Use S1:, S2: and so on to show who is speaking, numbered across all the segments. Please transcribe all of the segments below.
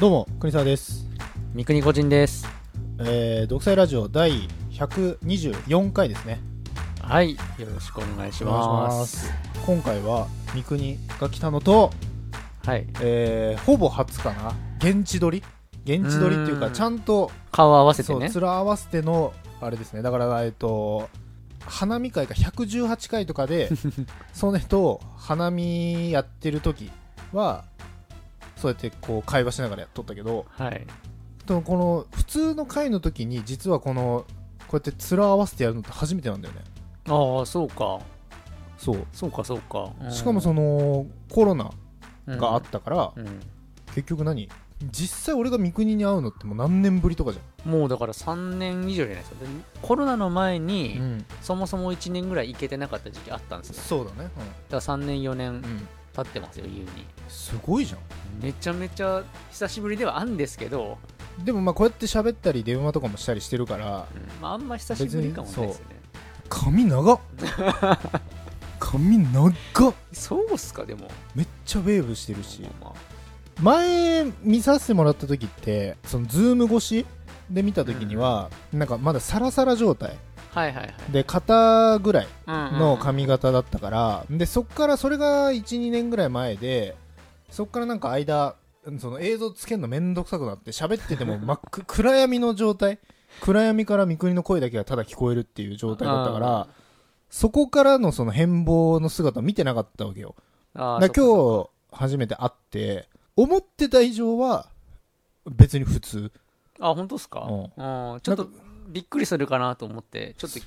S1: どうも国沢です、
S2: 三国個人です
S1: えー、独裁ラジオ第124回ですね
S2: はいよろしくお願いします
S1: 今回は三国が来たのと、
S2: はい
S1: えー、ほぼ初かな現地取り現地取りっていうか
S2: うん
S1: ちゃんと
S2: 顔合わせてね
S1: そう面合わせてのあれですねだからえっと花見会が118回とか で曽根と花見やってる時はそうやってこう会話しながらやっとったけど
S2: はい
S1: とこの普通の回の時に実はこのこうやって面合わせてやるのって初めてなんだよね
S2: ああそうか
S1: そう
S2: そうかそうか、
S1: しかもそ
S2: の
S1: のコロナがあっ
S2: った
S1: から、
S2: うん
S1: 結局何実際俺が三国に会うのってもう何年ぶりとかじ
S2: もうだから3年以上じゃないですかでコロナの前
S1: ゃ
S2: に、
S1: ん、ん、
S2: そもそも1年ぐらい行けてなかった時期あったんですよ
S1: そうだね
S2: だから3年4
S1: う
S2: 年
S1: ん、うん、
S2: 経ってますよ優に
S1: すごいじゃん
S2: めちゃめちゃ久しぶりではあるんですけど、
S1: でもまあこうやって喋ったり電話とかもしたりしてるから
S2: まあ、あんま久しぶりかもないですね
S1: 髪 長っ髪長っ
S2: そうっすかでも
S1: めっちゃウェーブしてるし
S2: まあま
S1: 前見させてもらった時ってそのズーム越しで見た時には、なんかまだサラサラ状態
S2: あはいはいはい
S1: で肩ぐらい
S2: うんうん
S1: の髪型だったから、でそっからそれが12年ぐらい前でそっからなんか間その映像つけるのめんどくさくなって喋ってても真っ暗暗闇の状態暗闇から三國の声だけがただ聞こえるっていう状態だったからそこからのその変貌の姿を見てなかったわけよ
S2: あー
S1: だ
S2: そっ
S1: か
S2: からそっか
S1: 今日初めて会って思ってた以上は別に普通
S2: あ、本当ですか、
S1: う
S2: うん、ちょ
S1: な
S2: っとびっくりするかなと思って、ちょっと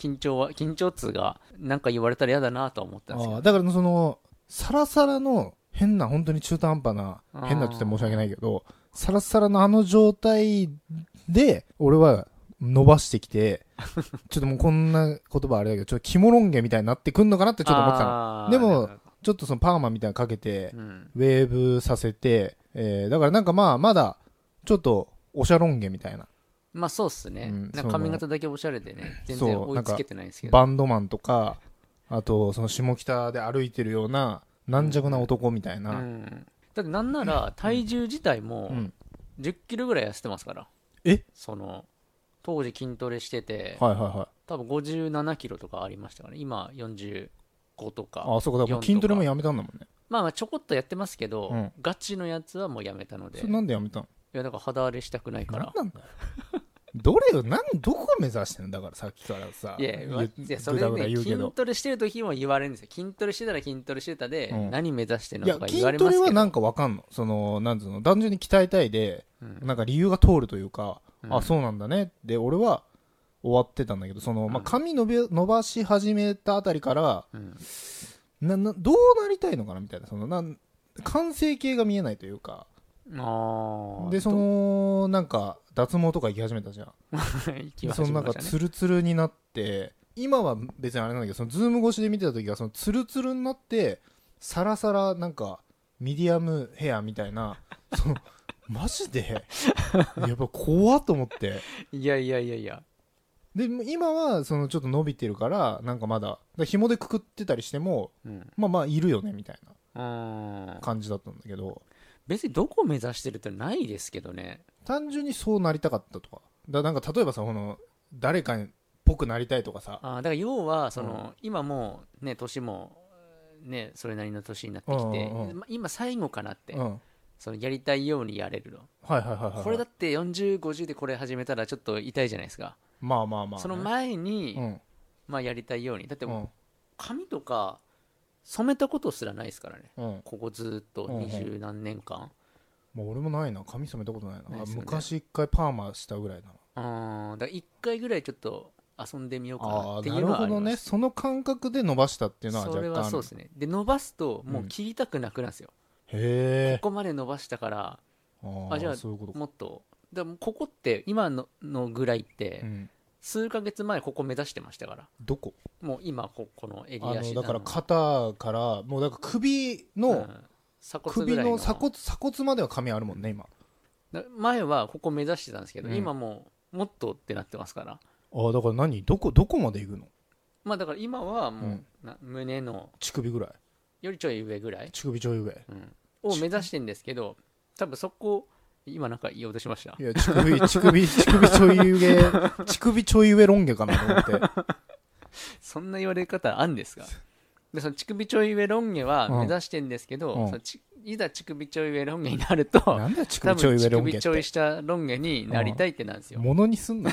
S2: 緊張は、緊張っつうが、なんか言われたら嫌だなとは思ったんですけ
S1: あ
S2: ど
S1: ー。だからそのサラサラの変な本当に中途半端な
S2: あー
S1: 変なって言って申し訳ないけどサラサラのあの状態で俺は伸ばしてき てちょっともうこんな言葉あれだけどちょっと肝ロン毛みたいになってくんのかなってちょっと思ってたの
S2: あー
S1: でも
S2: なる
S1: ちょっとそのパーマみたいなのかけて
S2: ほどうん、
S1: ウェーブさせて、えーだからなんかまあまだちょっとおしゃロン毛みたいな
S2: まあそうっすね。
S1: うん
S2: なん
S1: その
S2: か髪型だけおしゃれでね、全
S1: そ
S2: 然
S1: う
S2: 追いつけてないんですけど。
S1: バンドマンとかあとその下北で歩いてるような軟弱な男みたいな、
S2: うん、だってなんなら、体重自体も
S1: うん
S2: 10キロぐらい痩せてますから。
S1: え
S2: その、当時筋トレしてて、
S1: はいはいはい
S2: 多分57キロとかありましたから、ね、今45とか。
S1: あそうかだからもう
S2: 4
S1: 筋トレもやめたんだもんね
S2: まあまあちょこっとやってますけど、
S1: うん
S2: ガチのやつはもうやめたので
S1: それなんでやめたの
S2: いやだから肌荒れしたくないか
S1: 何
S2: ら
S1: なんだよどれよなんどこ目指してんだからさっきからさ
S2: いやいやい
S1: 言
S2: や
S1: う
S2: それ
S1: ぐだぐだ
S2: ね
S1: 言うけ
S2: 筋
S1: ど
S2: トレしてる時も言われるんですよ筋トレしてたら筋トレしてたで、
S1: うん
S2: 何目指してんの
S1: いや
S2: とか
S1: 筋
S2: 言われ
S1: ト
S2: ます
S1: レ
S2: けど
S1: はなんかわかんのそのなんつうの単純に鍛えたいで
S2: うん
S1: なんか理由が通るというか、
S2: うん
S1: あそうなんだねで俺は終わってたんだけどその、まあ、
S2: うん
S1: 髪伸び伸ばし始めたあたりから
S2: うん
S1: ななどうなりたいのかなみたいなそのなん完成形が見えないというか
S2: ああ
S1: でそのなんか脱毛とか行き始めたじゃん
S2: 行き
S1: で
S2: は
S1: そのな
S2: 始め
S1: ん
S2: ま
S1: か
S2: したね
S1: ツルツルになって今は別にあれなんだけどそのズーム越しで見てた時はそのツルツルになってサラサラなんかミディアムヘアみたいなそ のマジでやっぱ怖っと思って
S2: いやいやいやいや
S1: でもう今はそのちょっと伸びてるからなんかまだだから紐でくくってたりしても
S2: うん
S1: まあまあいるよねみたいな
S2: うん
S1: 感じだったんだけど
S2: 別にどこ目指してるってないですけどね
S1: 単純にそうなりたかったとかだからなんか例えばさこの誰かっぽくなりたいとかさ
S2: あーだから要はその、今もうね年もねそれなりの年になってきて、
S1: うんうんうん
S2: ま今最後かなって、
S1: うんはい
S2: そのやりたいようにやれるの
S1: はいはいはいはい
S2: これだって4050でこれ始めたらちょっと痛いじゃないですか、
S1: まあまあまあね
S2: その前に、
S1: うん
S2: まあ、やりたいようにだって
S1: う
S2: もうん髪とか染めたことすらないですからね
S1: うん、
S2: ここずっと
S1: うんうん
S2: 二十何年間、
S1: もう俺もないな髪染めたことないな
S2: ないっすよね
S1: 昔一回パーマしたぐらいな
S2: うん、だから1回ぐらいちょっと遊んでみようかな
S1: あ
S2: っ
S1: あ
S2: てい
S1: な
S2: う
S1: る
S2: のはあ
S1: ほ
S2: り
S1: ど
S2: ま
S1: ね
S2: す
S1: その感覚で伸ばしたっていうのは
S2: そ
S1: 若
S2: れ
S1: 干
S2: はそうですねで伸ばすともううん切りたくなくなるんですよ、
S1: へえ
S2: ここまで伸ばしたから
S1: あー
S2: あじゃあ
S1: そういうことか、
S2: もっとでもここって今ののぐらいって、
S1: うん、
S2: 数ヶ月前ここ目指してましたから
S1: どこ
S2: もう今ここの襟
S1: あ
S2: 足
S1: のだから
S2: あの
S1: 肩からもうだから首の、
S2: うん鎖骨ぐ
S1: 首
S2: らい
S1: の鎖骨鎖骨までは髪あるもんね今
S2: だ前はここ目指してたんですけど、
S1: うん
S2: 今もうもっとってなってますから
S1: ああだから何どこどこまで行くの
S2: まあだから今はもう、
S1: うん
S2: な胸の
S1: 乳首ぐらい
S2: よりちょい上ぐらい、
S1: 乳首ちょい上
S2: うんを目指してんですけど多分そこ今なんか言おうとしました
S1: いや、乳首、乳首、乳首ちょい上、乳首ちょい上ロン毛かなと思 って。
S2: そんな言われ方あんですかでその乳首ちょい上ロン毛は
S1: うん
S2: 目指してんですけど、
S1: うん
S2: そのちいざ乳首ちょい上ロン毛になると
S1: なんだよ 乳
S2: 多
S1: 首ちょい
S2: 分
S1: 上
S2: 乳
S1: ロン毛
S2: 首
S1: っ
S2: ちょい
S1: て。
S2: 下ロン毛になりたいってなんですよ、
S1: ものにすんな。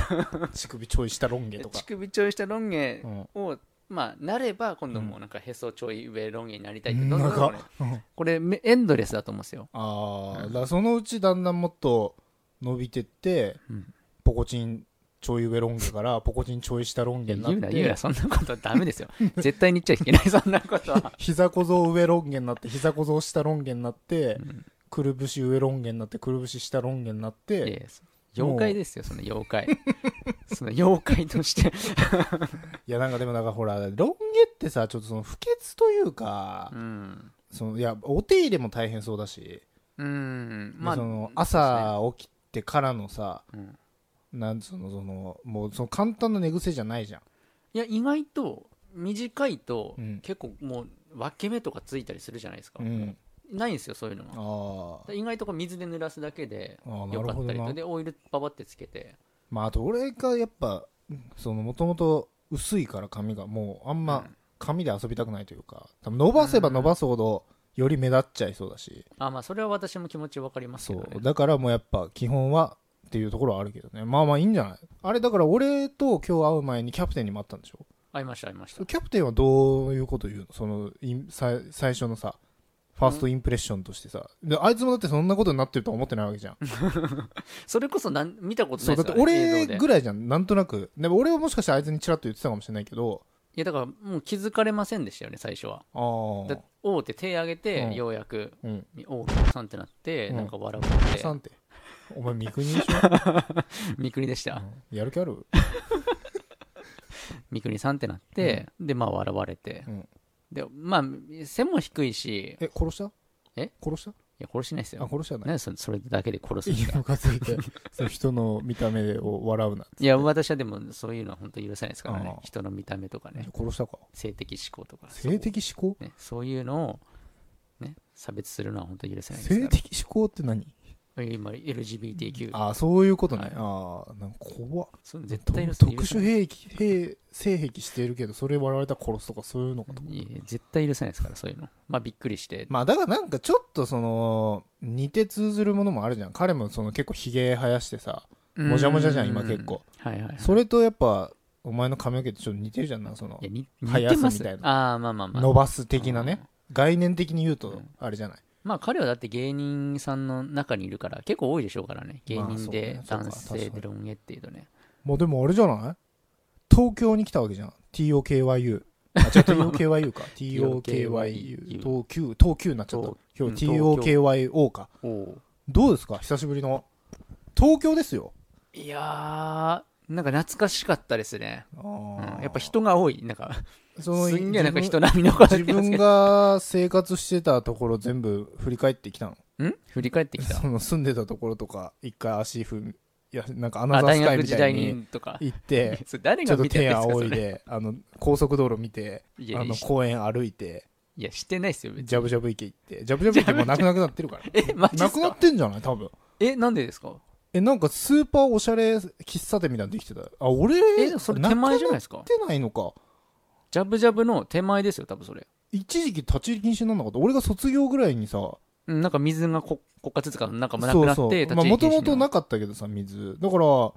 S1: 乳首ちょい下ロン毛
S2: で
S1: と か
S2: 乳。首ちょい下ロン毛
S1: うん
S2: を、まあなれば今度もうなんかへそちょい上ロン毛になりたいって
S1: うん
S2: どんどんこれ
S1: 長っうん
S2: これめエンドレスだと思うんですよ
S1: ああ、だからそのうちだんだんもっと伸びてって
S2: うん、
S1: ポコチンちょい上ロン毛からポコチンちょい下ロン
S2: いや
S1: 毛にな
S2: 言う
S1: っ
S2: な言う
S1: て
S2: な、そんなことはダメですよ 絶対に言っちゃいけないそんなこと は
S1: 膝小僧上ロン毛になって、膝小僧下ロン毛になって、くるぶし上ロン毛になって、くるぶし下ロン毛になっ
S2: いや
S1: て、
S2: いやそ妖怪ですよその妖怪 その妖怪として
S1: いやなんかでもなんかほら、ロン毛ってさ、ちょっとその不潔と いうか
S2: う、ん
S1: そのいやお手入れも大変そうだし、
S2: うん
S1: で
S2: まあ
S1: その朝起きてからのさ、
S2: うん
S1: なんつうのそのもうその簡単な寝癖じゃないじゃん
S2: いや意外と短いと
S1: うん
S2: 結構もう分け目とかついたりするじゃないですか、
S1: うん
S2: ないんですよそういうのはだか
S1: あ
S2: ら意外とこう水で濡らすだけで
S1: あーな
S2: よ
S1: る
S2: か
S1: ほ
S2: っ
S1: ど
S2: たりと
S1: な
S2: でオイルパパってつけて
S1: まああと俺がやっぱそのもともと薄いから髪がもうあんま
S2: うん
S1: 髪で遊びたくないというか多分伸ばせば伸ばすほどより目立っちゃいそうだし、
S2: あまあそれは私も気持ち分かりますけ
S1: そ
S2: ど、ね、
S1: うだからもうやっぱ基本はっていうところはあるけどねまあまあいいんじゃないあれだから俺と今日会う前にキャプテンにも会ったんでしょ
S2: 合いました合いました
S1: キャプテンはどういうこと言うのそのイン最最初のさファーストインプレッションとしてさであいつもだってそんなことになってるとは思ってないわけじゃん
S2: それこそなん見たことな
S1: そ
S2: いう
S1: だ
S2: で
S1: っ
S2: す
S1: て
S2: よ、ね、映
S1: 俺
S2: 像で
S1: ぐらいじゃんなんとなくでも俺はもしかしたらあいつにチラッと言ってたかもしれないけど
S2: いやだからもう気づかれませんでしたよね最初は
S1: ああ
S2: だおーって手挙げて、
S1: うん
S2: ようやく
S1: うん
S2: おーさんってなって、
S1: うん
S2: なんか笑
S1: お
S2: っ
S1: じ
S2: て
S1: さんってお前三国でし
S2: みくりでした、
S1: ょやる気ある
S2: 三國さんってなって、でまあ笑われて、
S1: うん
S2: でまあ背も低いし
S1: え殺した
S2: え
S1: 殺した
S2: いや殺しないです
S1: あ
S2: よ
S1: 殺したない
S2: 何そそれだけで殺すん
S1: い
S2: で
S1: い
S2: すか
S1: ムカつい てその人の見た目を笑うなっ
S2: いや私はでもそういうのは本当許さないですからね
S1: ああ
S2: 人の見た目とか
S1: て
S2: ね
S1: 殺したか
S2: 性的指向とか
S1: 性的思考
S2: そう,、ね、そういうのを、ね、差別するのは本当許せないですか
S1: 性的思考って何
S2: ら今 LGBTQ
S1: ああそういうことね、
S2: はい
S1: ああなんか怖っ
S2: そういうの絶対許
S1: と
S2: せ
S1: 特
S2: 許さ
S1: 殊
S2: ない
S1: 兵器兵性癖してるけどそれ笑われたら殺すとかそういうのかと、
S2: いやいや絶対許せないですからそういうのまあびっくりして、
S1: まあだからなんかちょっとその似て通ずるものもあるじゃん彼もその結構ひげ生やしてさもじゃもじゃじゃん今結構
S2: はいはい、はい、
S1: それとやっぱお前の髪の毛ってちょっと似てるじゃんなその
S2: いやに似
S1: 生や
S2: て
S1: す
S2: ま
S1: み
S2: す
S1: たい
S2: ああまあまあまあ
S1: 伸ばす的なね概念的に言うとあれじゃない
S2: まあ彼はだって芸人さんの中にいるから結構多いでしょうからね芸
S1: まあそうね
S2: 人で
S1: そうか
S2: 男
S1: 確
S2: 性
S1: か
S2: で
S1: に
S2: ロン毛っていうとね
S1: もうでもあれじゃない東京に来たわけじゃん TOKYU あ違う TOKYU か TOKYU 東急東急になっちゃった今日
S2: うん東
S1: TOKYO か
S2: おお
S1: どうですか久しぶりの東京ですよ
S2: いやーなんか懐かしかったですね、うん
S1: あ
S2: やっぱ人が多いなんか
S1: その
S2: すんげえなんか人
S1: 自分
S2: 並みの顔
S1: 自分 が生活してたところ全部振り返ってきたの
S2: ん振り返ってきた
S1: その住んでたところとか一回足踏みいやなんかアナ
S2: あ
S1: ザー
S2: 大
S1: スカイ
S2: 学
S1: み
S2: 時
S1: たい
S2: 代
S1: に
S2: にとか
S1: 行 って
S2: それ誰
S1: ちょ
S2: が
S1: っと
S2: 見て
S1: 手
S2: るんですかそ
S1: 仰い
S2: れ
S1: であの高速道路見て
S2: いや
S1: あ
S2: いや
S1: の公園歩いて
S2: いやしてないですよ別に
S1: ジャブジャブ池行ってジャブジャブ池もうなくなくなってるから
S2: えマジ
S1: な
S2: っ
S1: く
S2: す
S1: なっ
S2: か
S1: てんじゃない多分
S2: えなんでですか
S1: えなんかスーパーおしゃれ喫茶店みたいなのできてたあ俺
S2: えそれ手前じゃ
S1: なくなっ
S2: ないですか
S1: てないのか
S2: ジャブジャブの手前ですよ多分それ
S1: 一時期立ち入り禁止になんなかった俺が卒業ぐらいにさ
S2: うんなんか水がこ国家つかなんかもなく
S1: そ
S2: な
S1: う
S2: って
S1: そう
S2: 立ち
S1: まあ
S2: 入り
S1: もと
S2: 禁止
S1: もと
S2: の
S1: なかったけどさ水だから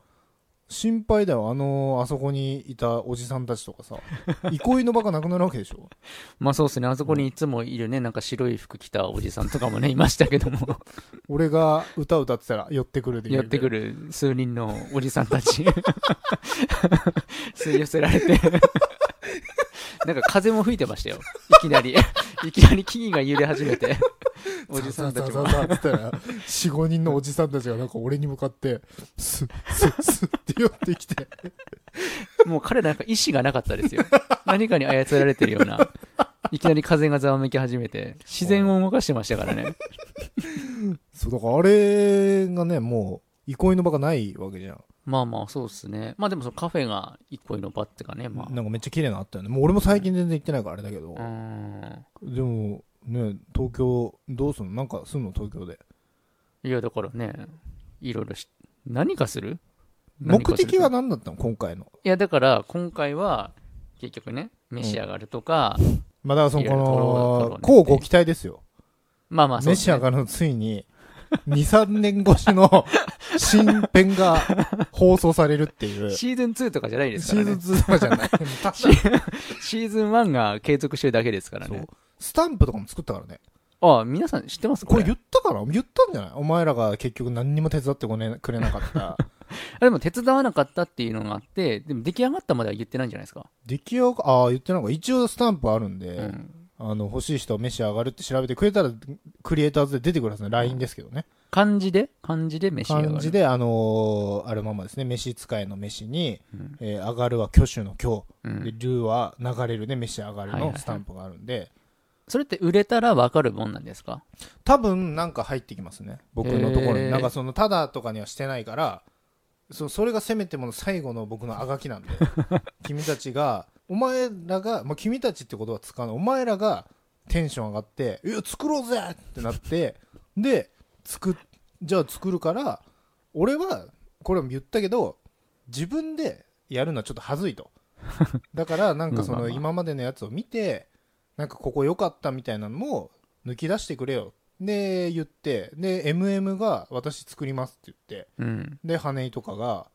S1: 心配だよあのあそこにいたおじさんたちとか さ憩いの場がなくなるわけでしょ
S2: まあそうですねあそこにいつもいるねなんか白い服着たおじさんとかもねいましたけども
S1: 俺が歌歌ってたら寄ってくるで
S2: 寄ってく
S1: る
S2: る数人のおじさんたち 吸い寄せられてなんか風も吹いてましたよいきなりいきなり木々が揺れ始めておじさんたちも
S1: ザザザザザって言ったら45人のおじさんたちがなんか俺に向かってスッスッスッって寄ってきて
S2: もう彼らなんか意志がなかったです よ何かに操られてるようないきなり風がざわめき始めて自然を動かしてましたからね
S1: そうだからあれがねもう憩いの場がないわけじゃん、
S2: まあまあそうですねまあでもそのカフェが一個の場ってかねまあ
S1: なんかめっちゃ綺麗なのあったよねもう俺も最近全然行ってないからあれだけど
S2: う、ーん
S1: でもね東京どうすんのなんかすんの東京で
S2: いやだからねいろいろし何かする
S1: 目
S2: 何かする
S1: 的は何だったの今回の。
S2: いやだから今回は結局ね召し上がるとか、
S1: まあ、だからその、こ
S2: いろいろ取ろう取ろうね
S1: の
S2: っ、て
S1: こうご期待ですよ。
S2: まあまあそ
S1: メ
S2: うです
S1: シ
S2: ね、
S1: アからのついに、2、3年越しの新編が放送されるっていう。シ
S2: シーズン2とかじゃないですから
S1: ー
S2: ね
S1: ズン2とかじゃ ない。
S2: シシーズン1が継続してるだけですから
S1: そ
S2: ね
S1: うスタンプとかも作ったからね。
S2: ああ皆さん知ってますこ
S1: こ
S2: れ
S1: れ言ったかな言ったんじゃないお前らが結局何にも手伝ってこねくれなか った。
S2: あでも手伝わなかったっていうのがあってでも出来上がったまでは言ってないんじゃないですか、
S1: 出来上が、ああ、言ってなんか一応スタンプあるんで、
S2: うん
S1: あの、欲しい人はメシ上がるって調べてくれたら、クリエイターズで出てくるはずね。LINE ですけどね。
S2: 漢字で漢字で召し上がる
S1: 漢字で、あのーあるままですね。飯使いの飯に、
S2: うん
S1: えー上がるは挙手の挙。
S2: うん
S1: で、竜は流れるで、飯上がる
S2: はいはい
S1: の
S2: はい
S1: スタンプがあるんで、
S2: それって売れたら分かるもんなんですか
S1: 多分なんか入ってきますね。僕のところ
S2: へ
S1: に。
S2: ー
S1: なんかその、ただとかにはしてないから、そそれがせめてもの最後の僕のあがき なんで、君たちが、お前らが、まあ、君たちってことは使うの、お前らがテンション上がって、いや、作ろうぜってなって、で、作っ、じゃあ作るから、俺は、これも言ったけど、自分でやるのはちょっと恥ずい と。だから、なんかそ
S2: まあま
S1: の、
S2: あまあ
S1: 今までのやつを見て、なんかここ良かったみたいなのも抜き出してくれよ。で、言って、で、MM が私作りますって言って、
S2: うん
S1: で、羽井とかが、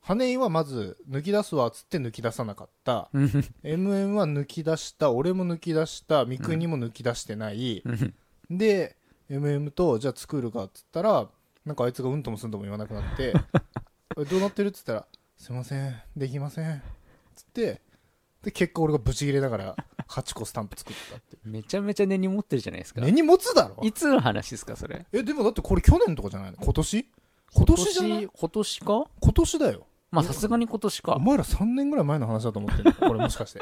S1: 羽井はまず抜き出すわっつって抜き出さなかった。
S2: うん
S1: MM は抜き出した、俺も抜き出した、三国も抜き出してない。
S2: うん
S1: で、MM と、じゃあ作るかっつったら、なんかあいつがうんともすんとも言わなくな って、えどうなってるっつったら、すいません、できません。つって、で、結果俺がブチ切れながら8個スタンプ作ったって。
S2: めちゃめちゃ根に持ってるじゃないですか
S1: 根に持つだろ
S2: いつの話ですかそれ
S1: え、でもだってこれ去年とかじゃないの今年今年じゃない
S2: 今年今年か
S1: 今年だよ。
S2: まあさすがに今年
S1: お
S2: か
S1: 前ら3年ぐらい前の話だと思ってるのこれもしか して。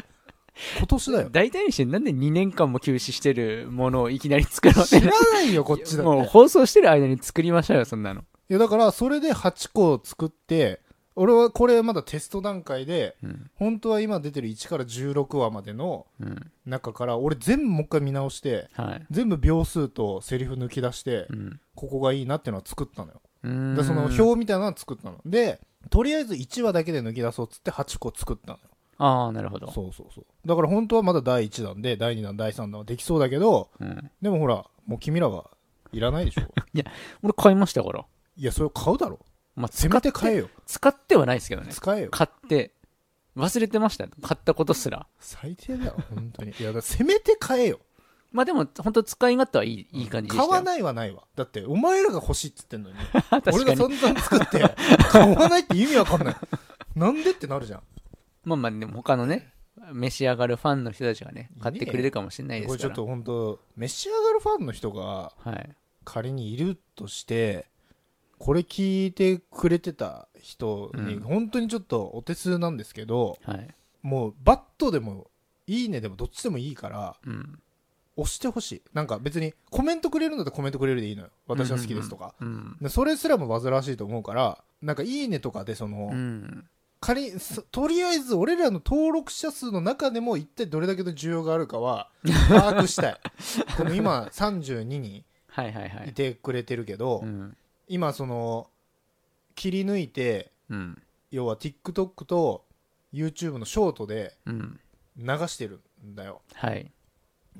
S1: 今年だよ。
S2: 大体にしてなんで2年間も休止してるものをいきなり作ろうって
S1: 知らないよ、こっちだっ
S2: もう
S1: て。
S2: 放送してる間に作りましょうよそんなの
S1: いや、だからそれで8個作って、俺はこれまだテスト段階で、
S2: うん
S1: 本当は今出てる1から16話までの
S2: うん
S1: 中から、俺全部もう一回見直して、
S2: はい
S1: 全部秒数とセリフ抜き出して
S2: う、ん
S1: ここがいいなっていうのは作ったのよ。
S2: うーん
S1: で、その表みたいなのは作ったの。で、とりあえず1話だけで抜き出そうっつって8個作ったの。
S2: ああなるほど
S1: そうそうそうだから本当はまだ第1弾で第2弾第3弾はできそうだけど
S2: うん
S1: でもほらもう君らはいらないでし ょ
S2: 俺買いましたから
S1: いやそれ買うだろ
S2: まあ
S1: せ
S2: 使
S1: め
S2: ってて
S1: 買えよ
S2: 使ってはないですけどね
S1: 使えよ
S2: 買って忘れてました買ったことすら
S1: 最低だよ本当にいやだからせめて買えよ
S2: まあでも本当使い勝手はいいいい感じでした
S1: 買
S2: よ
S1: わないはないわだってお前らが欲しいっつってんのに
S2: 確
S1: 俺
S2: か
S1: が
S2: に
S1: 散々作って買わないって意味わかんないなんでってなるじゃん
S2: まあまあでも他のね召し上がるファンの人たちがね買ってくれるかもしれないで
S1: こ
S2: す
S1: れちょ
S2: か
S1: っ
S2: ら
S1: と本当召し上がるファンの人が
S2: はい
S1: 仮にいるとしてこれ聞いてくれてた人に
S2: うん
S1: 本当にちょっとお手数なんですけど、
S2: はい
S1: もうバットでもいいねでもどっちでもいいから
S2: うん
S1: 押してほしいなんか別にコメントくれるんだったらコメントくれるでいいのよ私は好きですとか、
S2: うん
S1: でそれすらも煩わしいと思うからなんかいいねとかでその、
S2: うん
S1: 仮にそとりあえず俺らの登録者数の中でも一体どれだけの需要があるか は把握したいこの今32人
S2: はいはいはいい
S1: てくれてるけど、
S2: うん
S1: 今その切り抜いて
S2: うん
S1: 要は TikTok と YouTube のショートで
S2: うん
S1: 流してるんだよ
S2: はい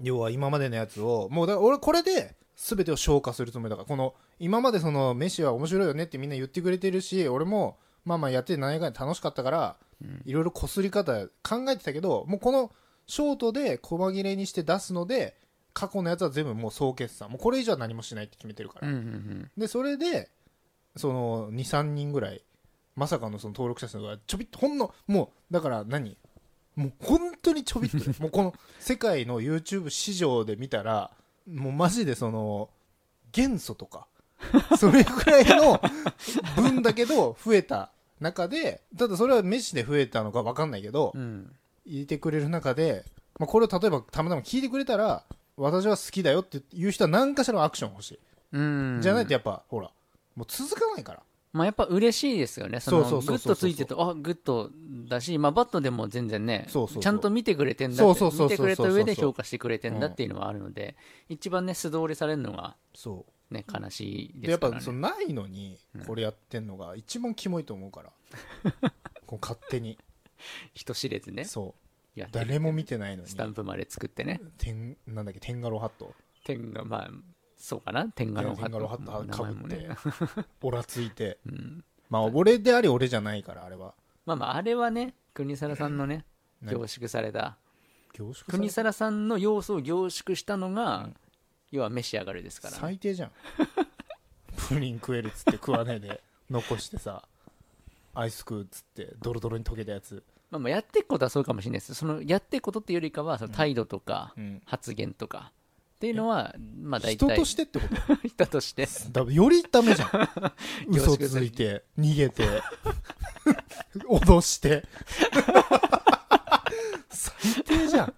S1: 要は今までのやつをもうだから俺これで全てを消化するつもりだからこの今までそのメシは面白いよねってみんな言ってくれてるし俺もまあまあやって何回楽しかったから
S2: うん
S1: いろいろこすり方考えてたけどもうこのショートで細切れにして出すので過去のやつは全部もう総決算もうこれ以上は何もしないって決めてるから
S2: うんうん
S1: でそれでその23人ぐらいまさかのその登録者数がちょびっとほんのもうだから何もう本当にちょびっとだ よもうこの世界の YouTube 市場で見たらもうマジでその元素と かそれぐらいの分だけど増えた中でただそれはメッシで増えたのか分かんないけど
S2: うんうん
S1: 入れてくれる中で、まあ、これを例えばたまたま聞いてくれたら私は好きだよっていう人は何かしらのアクション欲しい
S2: うん
S1: じゃないとやっぱ、ほら、もう続かないから。
S2: まあやっぱ嬉しいですよね。そ
S1: そうそ
S2: の
S1: うそ
S2: グ
S1: う
S2: ッ
S1: そう
S2: とついてると、あ、グッとだし、まあバットでも全然ね、
S1: そうそうそう
S2: ちゃんと見てくれてんだって
S1: そうそうそうそう
S2: 見てくれた上で評価してくれてんだっていうのはあるので、一番ね、素通りされるのが
S1: そ
S2: ね、悲しい
S1: で
S2: で
S1: やっ
S2: すから、ね。
S1: ぱそのないのに
S2: うん
S1: これやってんのが一番キモいと思う からこう勝手に
S2: 人知れずね、
S1: そう
S2: やって
S1: 誰も見てないのに
S2: スタンプまで作ってね、
S1: てんなんだっけテンガロハット
S2: 天が、まあ、そうかな、天下の
S1: 天下のハット
S2: 名前もね
S1: オラついて
S2: うん、
S1: まあ俺であり俺じゃないからあれは
S2: まあまあ、あれはね、国皿さんのね、
S1: ね
S2: 凝縮された、
S1: 凝縮され
S2: 国皿さんの要素を凝縮したのが、
S1: うん
S2: 要は召し上がるですから、
S1: 最低じゃん プリン食えるっつって食わねえで残してさアイス食うっつってドロドロに溶けたやつ
S2: まあ、まあやっていくことはそうかもしれないですそのやっていくことっていうよりかはその態度とか
S1: うん
S2: 発言とかっていうのは、まあ大
S1: 人
S2: 体
S1: としてってこと
S2: 人として
S1: だよりダ メじゃん
S2: 凝縮
S1: 嘘
S2: され
S1: ついて逃げて 脅して 最低じゃん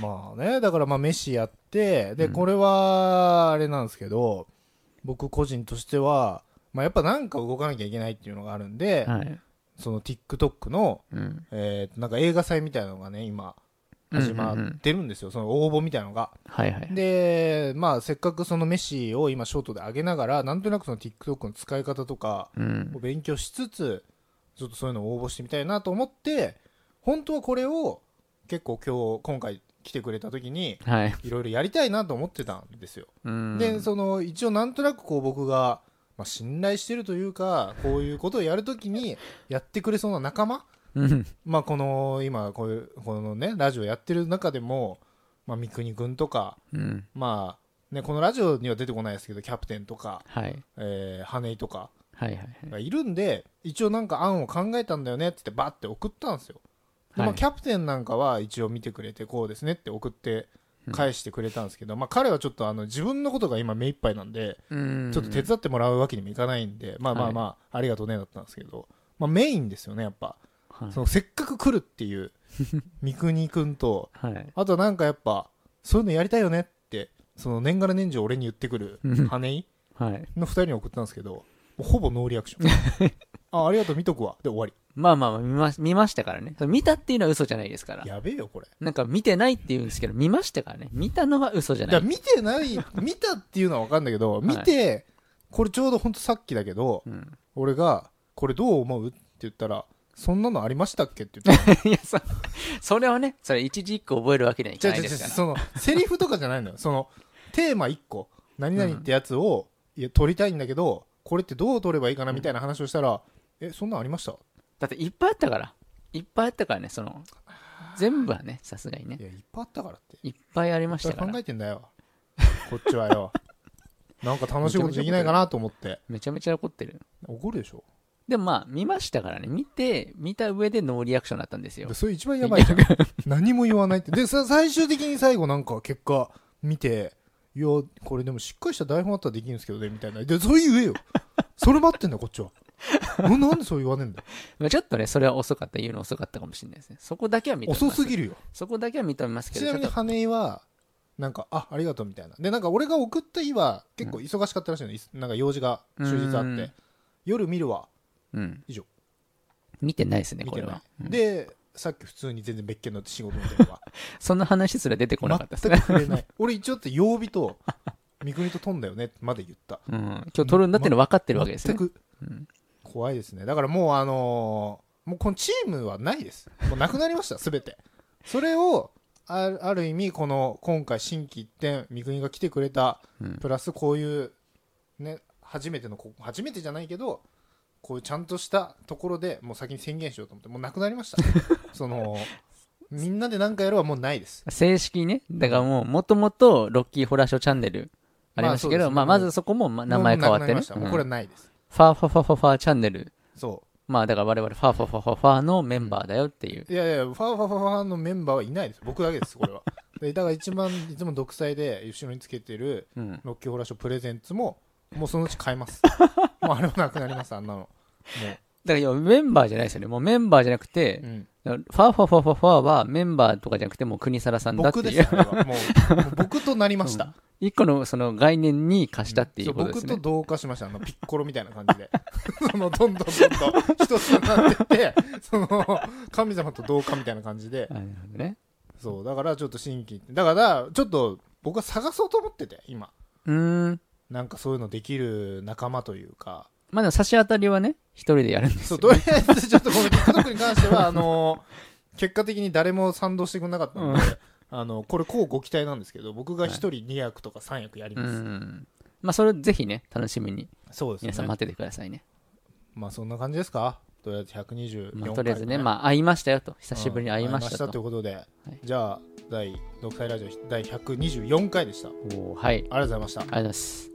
S1: まあねだからまあ飯やってで、
S2: うん
S1: これはあれなんですけど僕個人としてはまあやっぱなんか動かなきゃいけないっていうのがあるんで、
S2: はい、
S1: その TikTok の
S2: うん、
S1: えーとなんか映画祭みたいなのがね今始ま
S2: うんうんう
S1: っ
S2: ん
S1: てるんですよ、その応募みたいなのが
S2: はいはい
S1: でまあせっかくそのメシを今ショートで上げながらなんとなくその TikTok の使い方とか
S2: うん
S1: を勉強しつつちょっとそういうのを応募してみたいなと思って本当はこれを結構今日今回来てくれた時に
S2: はい、
S1: いろいろやりたいなと思ってたんですよ、
S2: うん、
S1: でその一応なんとなくこう僕が、まあ、信頼してるというかこういうことをやるときにやってくれそうな仲間
S2: うん
S1: まあ、この今こういうこのねラジオやってる中でも、まあ、三國君とか、
S2: うん
S1: まあね、このラジオには出てこないですけどキャプテンとか、
S2: はい
S1: えー、羽井とか
S2: はいはいはい
S1: がいるんで一応なんか案を考えたんだよねってってバッて送ったんですよで、ま
S2: は
S1: あ、
S2: い
S1: キャプテンなんかは一応見てくれてこうですねって送って返してくれたんですけど、まあ、彼はちょっとあの自分のことが今目いっぱいなんで
S2: うん
S1: ちょっと手伝ってもらうわけにもいかないんで、まあまあまあ、ありがとうねだったんですけど、まあ、メインですよねやっぱ。
S2: はい
S1: そのせっかく来るっていう三國君 と
S2: はい
S1: あとなんかやっぱそういうのやりたいよねってその年がら年中俺に言ってくる
S2: うん
S1: 羽井
S2: はい
S1: の2人に送ったんですけどもうほぼノーリアクション あありがとう見とくわで終わ
S2: まあまあまあ見ま見ましたからねその見たっていうのは嘘じゃないですから
S1: りやべえよこれ
S2: なんか見てないって言うんですけど見ましたからね見たのは嘘じゃ
S1: だ
S2: な
S1: から
S2: い
S1: 見てない見たっていうのは分かんだけど見て、これちょうどほんとさっきだけど
S2: うん
S1: 俺が「これどう思う?」って言ったら「そんなのありましたっけ?」って言って
S2: いや、そ、それをね、それ一字一句覚えるわけにはい
S1: じ
S2: か
S1: ゃ
S2: な
S1: じ
S2: いで
S1: ゃ
S2: すから。
S1: そのセリフとかじゃない のよそのテーマ1個何々ってやつを、いや取りたいんだけどこれってどう取ればいいかなみたいな話をしたら、えそんなんありました
S2: だっていっぱいあったから。いっぱいあったからね、その、全部はね、さすがにね
S1: い。やいっぱいあったからって
S2: いっぱいありまし
S1: そ
S2: た
S1: れ
S2: か
S1: 考
S2: ら。
S1: えてんだよこっちは よなんか楽しいことできないかなと思って
S2: めちゃめちゃ怒ってる。
S1: 怒るでしょ
S2: でもまあ、見ましたからね。見て、見た上でノーリアクションだったんですよ
S1: で。それ一番やばいじゃん何も言わないってでさ最終的に最後なんか結果見ていやこれでもしっかりした台本あったらできるんですけどねみたいなでそう言えよそれ待ってんだよこっ ちはななんでそう言わねえんだよ
S2: まあちょっとね、それは遅かった。言うの遅かったかもしれないですね。そこだけは認めます。
S1: 遅すぎるよ
S2: そこだけは認めますけ
S1: ち
S2: ど、
S1: なみ
S2: ち
S1: に
S2: ょっと
S1: 羽井はなんかあありがとうみたいなでなんか俺が送った日は結構忙しかったらしいの、いなんか用事が終日あ
S2: う
S1: って
S2: ん
S1: 夜見るわ
S2: うん。
S1: 以上
S2: 見てないですね、
S1: 見
S2: こ
S1: て
S2: れ
S1: ない
S2: は。、
S1: でさっき普通に全然別件になって仕事みたいな
S2: そんな話すら出てこ
S1: の
S2: なか
S1: が
S2: ったです
S1: 全く触
S2: ね。
S1: れない俺一応って曜日と三國と飛んだよねまで言った
S2: うん。今日撮るんだっての分かってるわけですね
S1: 全。く
S2: うん
S1: 怖いですねだからもうあのーもうこのチームはないですもうなくなりました全てそれをあるある意味この今回心機一転三國が来てくれた
S2: うん
S1: プラスこういうね初めてのこ初めてじゃないけどこういうちゃんとしたところでもう先に宣言しようと思ってもうなくなりま したそのみんなで何かやるはもうないです
S2: 正式にね、だからもう、もともとロッキーホラーショーチャンネルありましたけど、
S1: ま
S2: ま
S1: あそうですね
S2: あ、まずそこもま名前変わっ
S1: もうなくなり
S2: て
S1: ま
S2: ね
S1: し、た
S2: うん
S1: もう
S2: フ
S1: これ
S2: ァ
S1: はないです
S2: ーファファファファチャンネル、
S1: そ
S2: まあだから我々ファーファファファファのメンバーだよっていう、
S1: ういやいやファーファーファーファーのメンバーはいないです僕だけです これはでだから一番いつも独裁で後ろにつけてる
S2: うん、
S1: ロッキーホラーショープレゼンツももうそのうち買います もうあれはなくなりますあんなのも
S2: だから要はメンバーじゃないですよね、もうメンバーじゃなく
S1: う、
S2: て
S1: う、ん、
S2: だからファーファファファファはメンバーとかじゃなくて、もう国皿さんだって
S1: 僕で
S2: い
S1: す
S2: う、
S1: あれはもうもう僕となりました、
S2: 一個のその概念に貸したっていうことです
S1: そう
S2: ね
S1: 僕と。同化しましたあのピッコロみたいな感じで そのどんどんどんどん一つになってってその神様と同化みたいな感じで
S2: あなるほどね。
S1: そうだからちょっと新規だからちょっと僕は探そうと思ってて今
S2: うーん。
S1: なんかそういうのできる仲間というか、
S2: まあでも差し当たりはね、一人でやるんです
S1: そう、
S2: よ。
S1: とりあえずちょっとこの TikTok に関しては、あの、 結果的に誰も賛同してくれなかったので、あの、これ、こうご期待なんですけど、僕が一人2役とか3役やり
S2: う
S1: ます。
S2: ん。まあそれぜひね、楽しみに
S1: そうで
S2: 皆
S1: す
S2: さん
S1: ね。
S2: 待っててくださいね。
S1: まあ、そんな感じですかとりあえず124回、
S2: まあとりあえずね、まあ会いましたよと。久しぶりに会いまし
S1: うん会
S2: た
S1: いましたとい
S2: と。
S1: うことで、じゃあ、第、独裁ラジオ第124回でした。あり
S2: おーはい。ありがと
S1: がとうございました
S2: う。ございます。